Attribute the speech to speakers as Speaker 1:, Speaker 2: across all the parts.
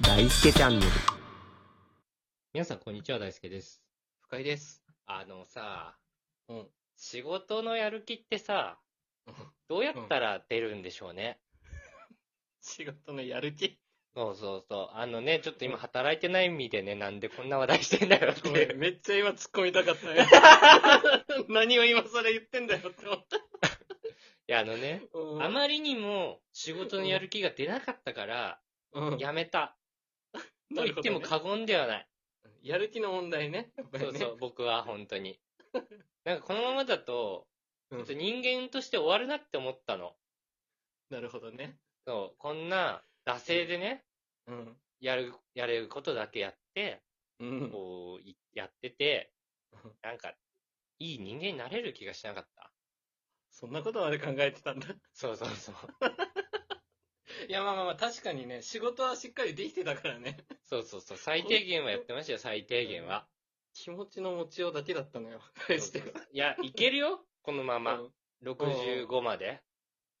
Speaker 1: 大輔チャンネル。
Speaker 2: 皆さん、こんにちは。大輔です。
Speaker 3: 深井です。
Speaker 2: あのさ、
Speaker 3: うん。
Speaker 2: 仕事のやる気ってさ、 どうやったら出るんでしょうね。
Speaker 3: 仕事のやる気
Speaker 2: そうそうそう。あのね、ちょっと今働いてない意味でね、なんでこんな話題してんだよって いう。
Speaker 3: めっちゃ今突っ込みたかったね。 何を今それ言ってんだよって思っ
Speaker 2: いや、あのね、
Speaker 3: た。
Speaker 2: あまりにも仕事のやる気が出なかったから、
Speaker 3: うん、
Speaker 2: やめた。と言っても
Speaker 3: なるほ
Speaker 2: 過言ではない。
Speaker 3: どねやる気の問題ね。やっぱ
Speaker 2: そ
Speaker 3: り
Speaker 2: う
Speaker 3: ね。
Speaker 2: そう、僕は本当 に。なんかこのままだと、ち
Speaker 3: うん
Speaker 2: ょっと人間として終わるなって思ったの。
Speaker 3: なるほどね。
Speaker 2: そう、こんな、惰性でね、
Speaker 3: うん。
Speaker 2: やる、やれることだけやって、
Speaker 3: うん。
Speaker 2: こう、いやってて
Speaker 3: うん、
Speaker 2: なんか、いい人間になれる気がしなかった。
Speaker 3: そんなことまで考えてたんだ。
Speaker 2: そうそう そう。
Speaker 3: いや、まあまあまあ、確かにね、仕事はしっかりできてたからね。
Speaker 2: そうそうそう。最低限はやってましたよ、最低限は。
Speaker 3: 気持ちの持ちようだけだったのよ。返して
Speaker 2: そうそうそういや、いけるよ、このまま
Speaker 3: う。ん
Speaker 2: 65まで。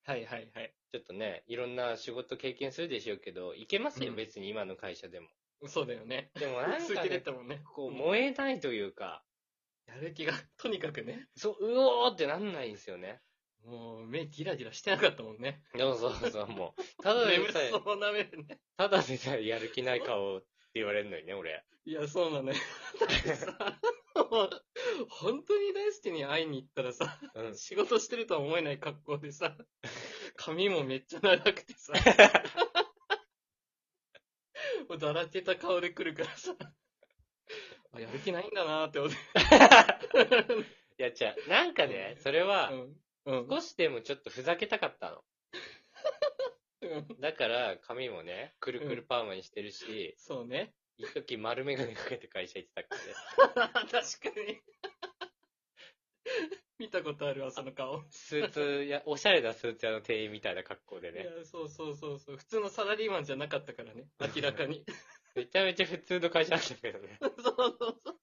Speaker 3: はいはいはい。
Speaker 2: ちょっとね、いろんな仕事経験するでしょうけど、いけますよ、
Speaker 3: うん
Speaker 2: 別に今の会社でも。
Speaker 3: そうだよね。
Speaker 2: でもなん
Speaker 3: 薄
Speaker 2: か、
Speaker 3: 切れ
Speaker 2: ね、
Speaker 3: たもんね。
Speaker 2: こう、燃えないというか、
Speaker 3: やる気が、とにかくね。
Speaker 2: そう、うおーってなんないんですよね。
Speaker 3: もう、目ギラギラしてなかったもんね。
Speaker 2: そうそうそう、もう。ただで
Speaker 3: 眠
Speaker 2: さえ
Speaker 3: そ、うな目でね。
Speaker 2: ただでさえやる気ない顔って言われるのにね、俺。
Speaker 3: いや、そうなのよ。 だってさ、もう本当に大好きに会いに行ったらさ、
Speaker 2: うん。
Speaker 3: 仕事してるとは思えない格好でさ、髪もめっちゃ長くてさ、もうだらけた顔で来るからさ、あやる気ないんだなーって思って。
Speaker 2: いや、じゃあなんかね、それは、
Speaker 3: うん。うん。
Speaker 2: 少しでもちょっとふざけたかったの。
Speaker 3: うん
Speaker 2: だから、髪もね、くるくるパーマにしてるし、
Speaker 3: そうね。
Speaker 2: 一時丸眼鏡かけて会社行ってたからね。
Speaker 3: 確かに。見たことあるわ、その顔。
Speaker 2: スーツや、 おしゃれなスーツ屋の店員みたいな格好で
Speaker 3: いや
Speaker 2: ね。、
Speaker 3: そうそうそうそう。普通のサラリーマンじゃなかったからね。明らかに。
Speaker 2: めちゃめちゃ普通の会社なんだけどね。
Speaker 3: そうそうそう。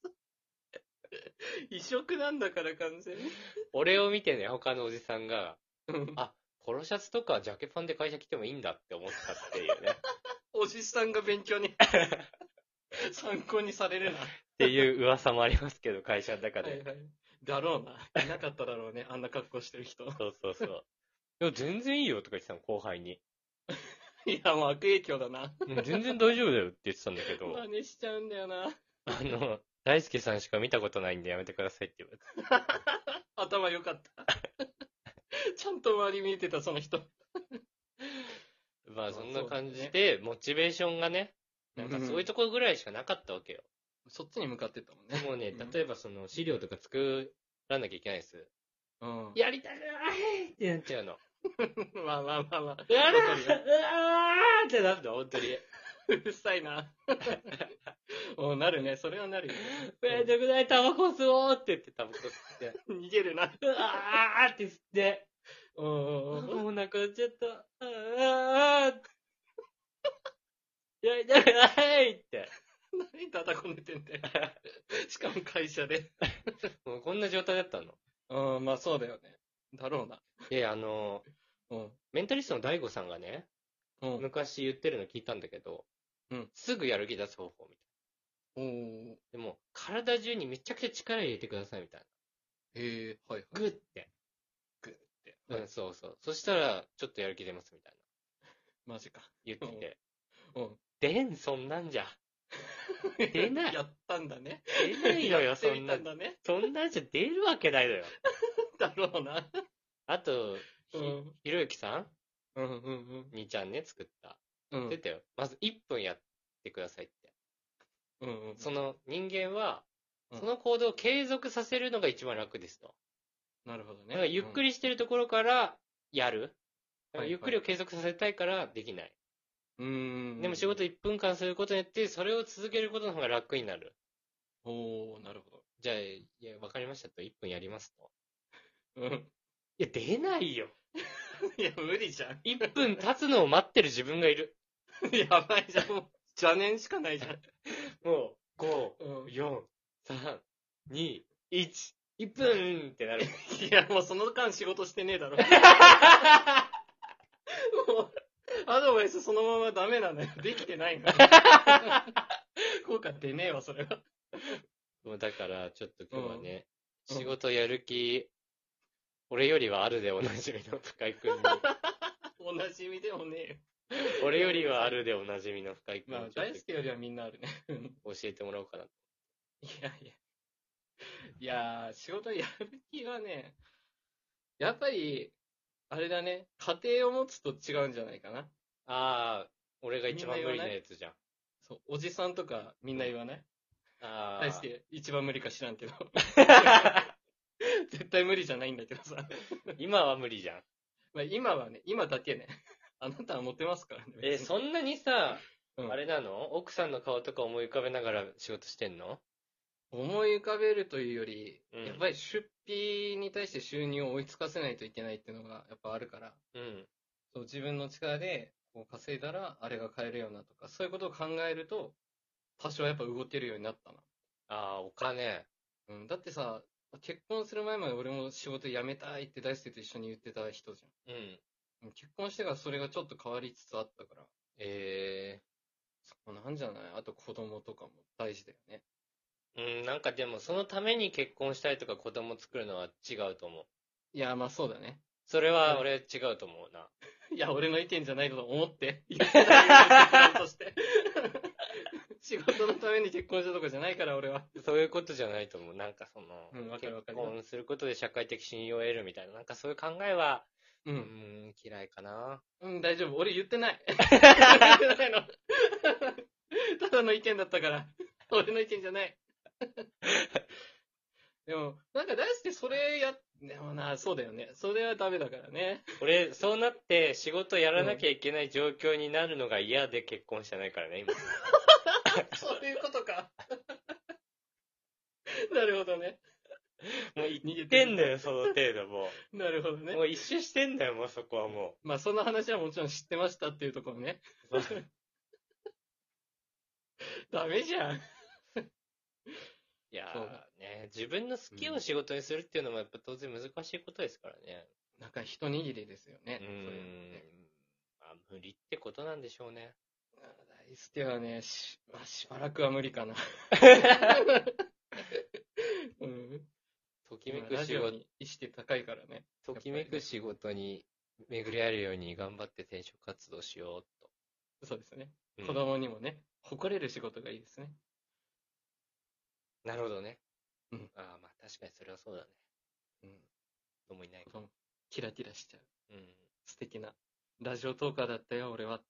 Speaker 3: 異色なんだから完全に。
Speaker 2: 俺を見てね、他のおじさんが、
Speaker 3: うん
Speaker 2: あポロシャツとかジャケパンで会社来てもいいんだって思ったっていう ね。っ
Speaker 3: おじさんが勉強に参考にされるな。
Speaker 2: ていう噂もありますけど、会社の中
Speaker 3: は
Speaker 2: で。
Speaker 3: いはい。だろうな。いなかっただろうね。あんな格好してる人。
Speaker 2: そうそうそう。でも全然いいよとか言ってたの、後輩に。
Speaker 3: いや、もう悪影響だな。
Speaker 2: うん全然大丈夫だよって言ってたんだけ ど。
Speaker 3: 真似しちゃうんだよな。
Speaker 2: あの、大輔さんしか見たことないんでやめてくださいって言われて。
Speaker 3: 頭良かった。ちゃんと周り見えてた、その人。
Speaker 2: まあそんな
Speaker 3: そうだね
Speaker 2: 感じで、モチベーションがね、なんかそういうと
Speaker 3: と
Speaker 2: ころぐらいしかなかったわけよ。
Speaker 3: そっちに向かってったもん
Speaker 2: で
Speaker 3: ね。
Speaker 2: もね
Speaker 3: うん、
Speaker 2: 例えばその資料とか作らなきゃいけないです。
Speaker 3: うん。いや、
Speaker 2: やりたくないってなっ ちゃうの。
Speaker 3: まあまあまあまあ。
Speaker 2: やる
Speaker 3: わかるよ
Speaker 2: ーってなるの、本当に。
Speaker 3: うるさいな。 もうなるね。それはなるよね。
Speaker 2: めんどくない、タバコ吸おうって言ってタバコ吸って。
Speaker 3: 逃げるな。
Speaker 2: うわーって吸って。
Speaker 3: うんうんうん。
Speaker 2: もうなくなっちゃった。うわーやりたくないって。
Speaker 3: 何叩こねてんだよ。しかも会社で。
Speaker 2: もうこんな状態だったの。
Speaker 3: うん、まあそうだよね。だろうな。
Speaker 2: で、あの、
Speaker 3: うん。
Speaker 2: メンタリストの大悟さんがね、
Speaker 3: うん。
Speaker 2: 昔言ってるの聞いたんだけど、
Speaker 3: うん
Speaker 2: すぐやる気出す方法み
Speaker 3: お
Speaker 2: た
Speaker 3: ー。
Speaker 2: いな。でも、体中にめちゃくちゃ力入れてくださいみたい
Speaker 3: へえ、はい
Speaker 2: な。グッて。
Speaker 3: グッて
Speaker 2: うん、そうそう。そしたら、ちょっとやる気出ますみたい
Speaker 3: マジか。
Speaker 2: な。言ってて。
Speaker 3: うん。
Speaker 2: 出ん、そんなんじゃ。出ない
Speaker 3: やったんだね。
Speaker 2: 出ないの
Speaker 3: や
Speaker 2: よ、
Speaker 3: って
Speaker 2: そ
Speaker 3: み
Speaker 2: ん
Speaker 3: た。
Speaker 2: なん
Speaker 3: だね。
Speaker 2: そんなんじゃ出るわけないのよ。
Speaker 3: だろうな。
Speaker 2: あと、ひ
Speaker 3: うん
Speaker 2: ひろゆきさん
Speaker 3: うんうん
Speaker 2: にちゃんね、作った。
Speaker 3: うん。うん
Speaker 2: 出たよ。まず1分やってくださいって。
Speaker 3: うんうん。
Speaker 2: その人間は、
Speaker 3: うん
Speaker 2: その行動を継続させるのが一番楽ですと。
Speaker 3: なるほどね。
Speaker 2: だからゆっくりしてるところからやる。だから
Speaker 3: はい
Speaker 2: ゆっくりを継続させたいからできない。
Speaker 3: うん。うん。
Speaker 2: でも仕事1分間することによって、それを続けることの方が楽になる。
Speaker 3: おー、なるほ
Speaker 2: じゃあ、いや、わかりましたと。1分やりますと。
Speaker 3: ど。うん。
Speaker 2: いや、出ないよ。
Speaker 3: いや、無理じゃん。
Speaker 2: 1分経つのを待ってる自分がいる。
Speaker 3: やばいじゃん。もう邪念しかないじゃん。
Speaker 2: もう、5、
Speaker 3: うん。
Speaker 2: 4、3、2、1、1分ってなる。
Speaker 3: いや、もうその間仕事してねえだろ。もう、アドバイスそのままダメなのよ。できてない から。効果出ねえわ、それは。
Speaker 2: もうだから、ちょっと今日はね、
Speaker 3: うん
Speaker 2: 仕事やる気、俺よりはあるでおなじみの深井く んに、
Speaker 3: おなじみでもねえよ。
Speaker 2: 俺よりはあるでおなじみの深井くん
Speaker 3: まあ
Speaker 2: に、、ちょっ
Speaker 3: 大輔よりはみんなあるね。うん
Speaker 2: と教えてもらおうかな。
Speaker 3: いやいや。いやー、仕事やる気はね、やっぱり、あれだね、家庭を持つと違うんじゃないかな。
Speaker 2: ああ、俺が一番無理なやつじゃん。
Speaker 3: そう、おじさんとかみんな言わない
Speaker 2: ああ
Speaker 3: 大。輔、一番無理か知らんけど。 絶対無理じゃないんだけどさ。
Speaker 2: 今は無理じゃん。
Speaker 3: まあ今はね、今だけね。 あなたはモテますからね。
Speaker 2: え、そんなにさ、
Speaker 3: うん
Speaker 2: あれなの奥さんの顔とか思い浮かべながら仕事してんの
Speaker 3: 思い浮かべるというより、
Speaker 2: うん
Speaker 3: やっぱり出費に対して収入を追いつかせないといけないっていうのがやっぱあるから、
Speaker 2: うん。
Speaker 3: そう自分の力でこう稼いだらあれが買えるようなとか、そういうことを考えると、多少やっぱ動けるようになった
Speaker 2: ああ、お金。
Speaker 3: な。うん、だってさ、結婚する前まで俺も仕事辞めたいって大輔と一緒に言ってた人じ
Speaker 2: うん。
Speaker 3: ゃん。うん結婚してからそれがちょっと変わりつつあったから、
Speaker 2: え
Speaker 3: そこなんじゃないあと子供とかも大事だよね。
Speaker 2: えうん、なんかでもそのために結婚したいとか子供作るのは違うと思う。
Speaker 3: いや、まあそうだね。
Speaker 2: それは俺違うと思うな。
Speaker 3: いや、俺の意見じゃないと 思って。言ってたよとして。 仕事のために結婚したとかじゃないから、俺は。
Speaker 2: そういうことじゃないと思う。なんかその、
Speaker 3: うんわ
Speaker 2: 結
Speaker 3: かるわかる
Speaker 2: 婚することで社会的信用を得るみたいな、なんかそういう考えは、
Speaker 3: う。
Speaker 2: うんん、嫌いかな。
Speaker 3: うん、大丈夫。俺言っ てない。 言ってないの。 ただの意見だったから。俺の意見じゃない。 でも、なんか大好きそれや、でもな、そうだよね。それはダメだからね。
Speaker 2: 俺、そうなって仕事やらなきゃいけない状況になるのが嫌で結婚してないから ね、今。
Speaker 3: そういうことか。 なるほどね。
Speaker 2: もう言
Speaker 3: 逃げ
Speaker 2: ってんだよ、その程度も
Speaker 3: なるほど
Speaker 2: う。
Speaker 3: ね
Speaker 2: も。う一周してんだよ、もうそこはも
Speaker 3: まあ、その話はもちろん知ってましたっていうところね。
Speaker 2: う。
Speaker 3: ダメじゃん。
Speaker 2: いや
Speaker 3: そうだ
Speaker 2: ーね、自分の好きを仕事にするっていうのもやっぱ当然難しいことですからね。
Speaker 3: なんか一握りですよね。
Speaker 2: う
Speaker 3: それ
Speaker 2: ん。まあ、無理ってことなんでしょうね。
Speaker 3: 大輔はね、し、まあ、しばらくは無 理かな。うん。
Speaker 2: ときめ
Speaker 3: 今
Speaker 2: く
Speaker 3: ラ
Speaker 2: 仕
Speaker 3: ジオ
Speaker 2: 事、
Speaker 3: に意識高いからね。
Speaker 2: ときめく仕事に巡り合えるように頑張って転職活動しよ
Speaker 3: そうですね。
Speaker 2: うと。
Speaker 3: 子
Speaker 2: うん
Speaker 3: 供にもね、誇れる仕事がいいですね。
Speaker 2: なるほどね。
Speaker 3: うん
Speaker 2: ああ、まあ確かにそれはそうだね。
Speaker 3: うん。
Speaker 2: どうもいない
Speaker 3: 子。供、キラキラしちゃう。
Speaker 2: うん。
Speaker 3: 素敵な。ラジオトーカーだったよ、俺はっ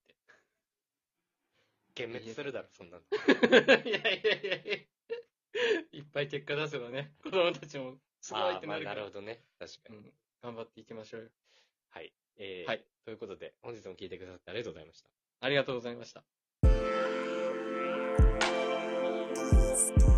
Speaker 2: 幻滅するだろ、そんなの。
Speaker 3: て。いやいやいやいや。いっぱい結果出せばね、子供たちもすごいっ
Speaker 2: ああ
Speaker 3: て
Speaker 2: ー、ま
Speaker 3: な
Speaker 2: あな
Speaker 3: るから。
Speaker 2: るほどね。確かに。
Speaker 3: うん。頑張っていきましょうよ。
Speaker 2: はい。えー、
Speaker 3: はい
Speaker 2: ということで、本日も聞いてくださってありがとうございました。
Speaker 3: ありがとうございました。